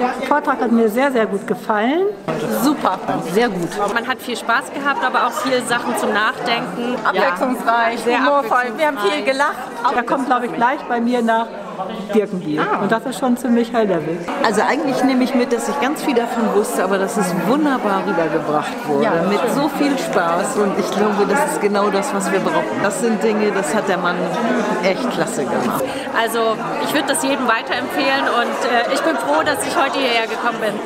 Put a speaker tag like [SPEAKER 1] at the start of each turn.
[SPEAKER 1] Der Vortrag hat mir sehr, sehr gut gefallen.
[SPEAKER 2] Super, sehr gut. Man hat viel Spaß gehabt, aber auch viel Sachen zum Nachdenken.
[SPEAKER 3] Abwechslungsreich,
[SPEAKER 2] sehr
[SPEAKER 3] humorvoll. Wir haben viel
[SPEAKER 2] abwechslungsreich.
[SPEAKER 3] gelacht.
[SPEAKER 1] Er kommt, glaube ich, gleich bei mir nach Birkenbiel. Und das ist schon ziemlich high level.
[SPEAKER 3] Also eigentlich nehme ich mit, dass ich ganz viel davon wusste, aber dass es wunderbar rübergebracht wurde. mit so viel Spaß und ich glaube, das ist genau das, was wir brauchen. Das sind Dinge, das hat der Mann echt klasse gemacht.
[SPEAKER 2] Also ich würde das jedem weiterempfehlen und äh, ich bin froh, dass ich heute hierher gekommen bin.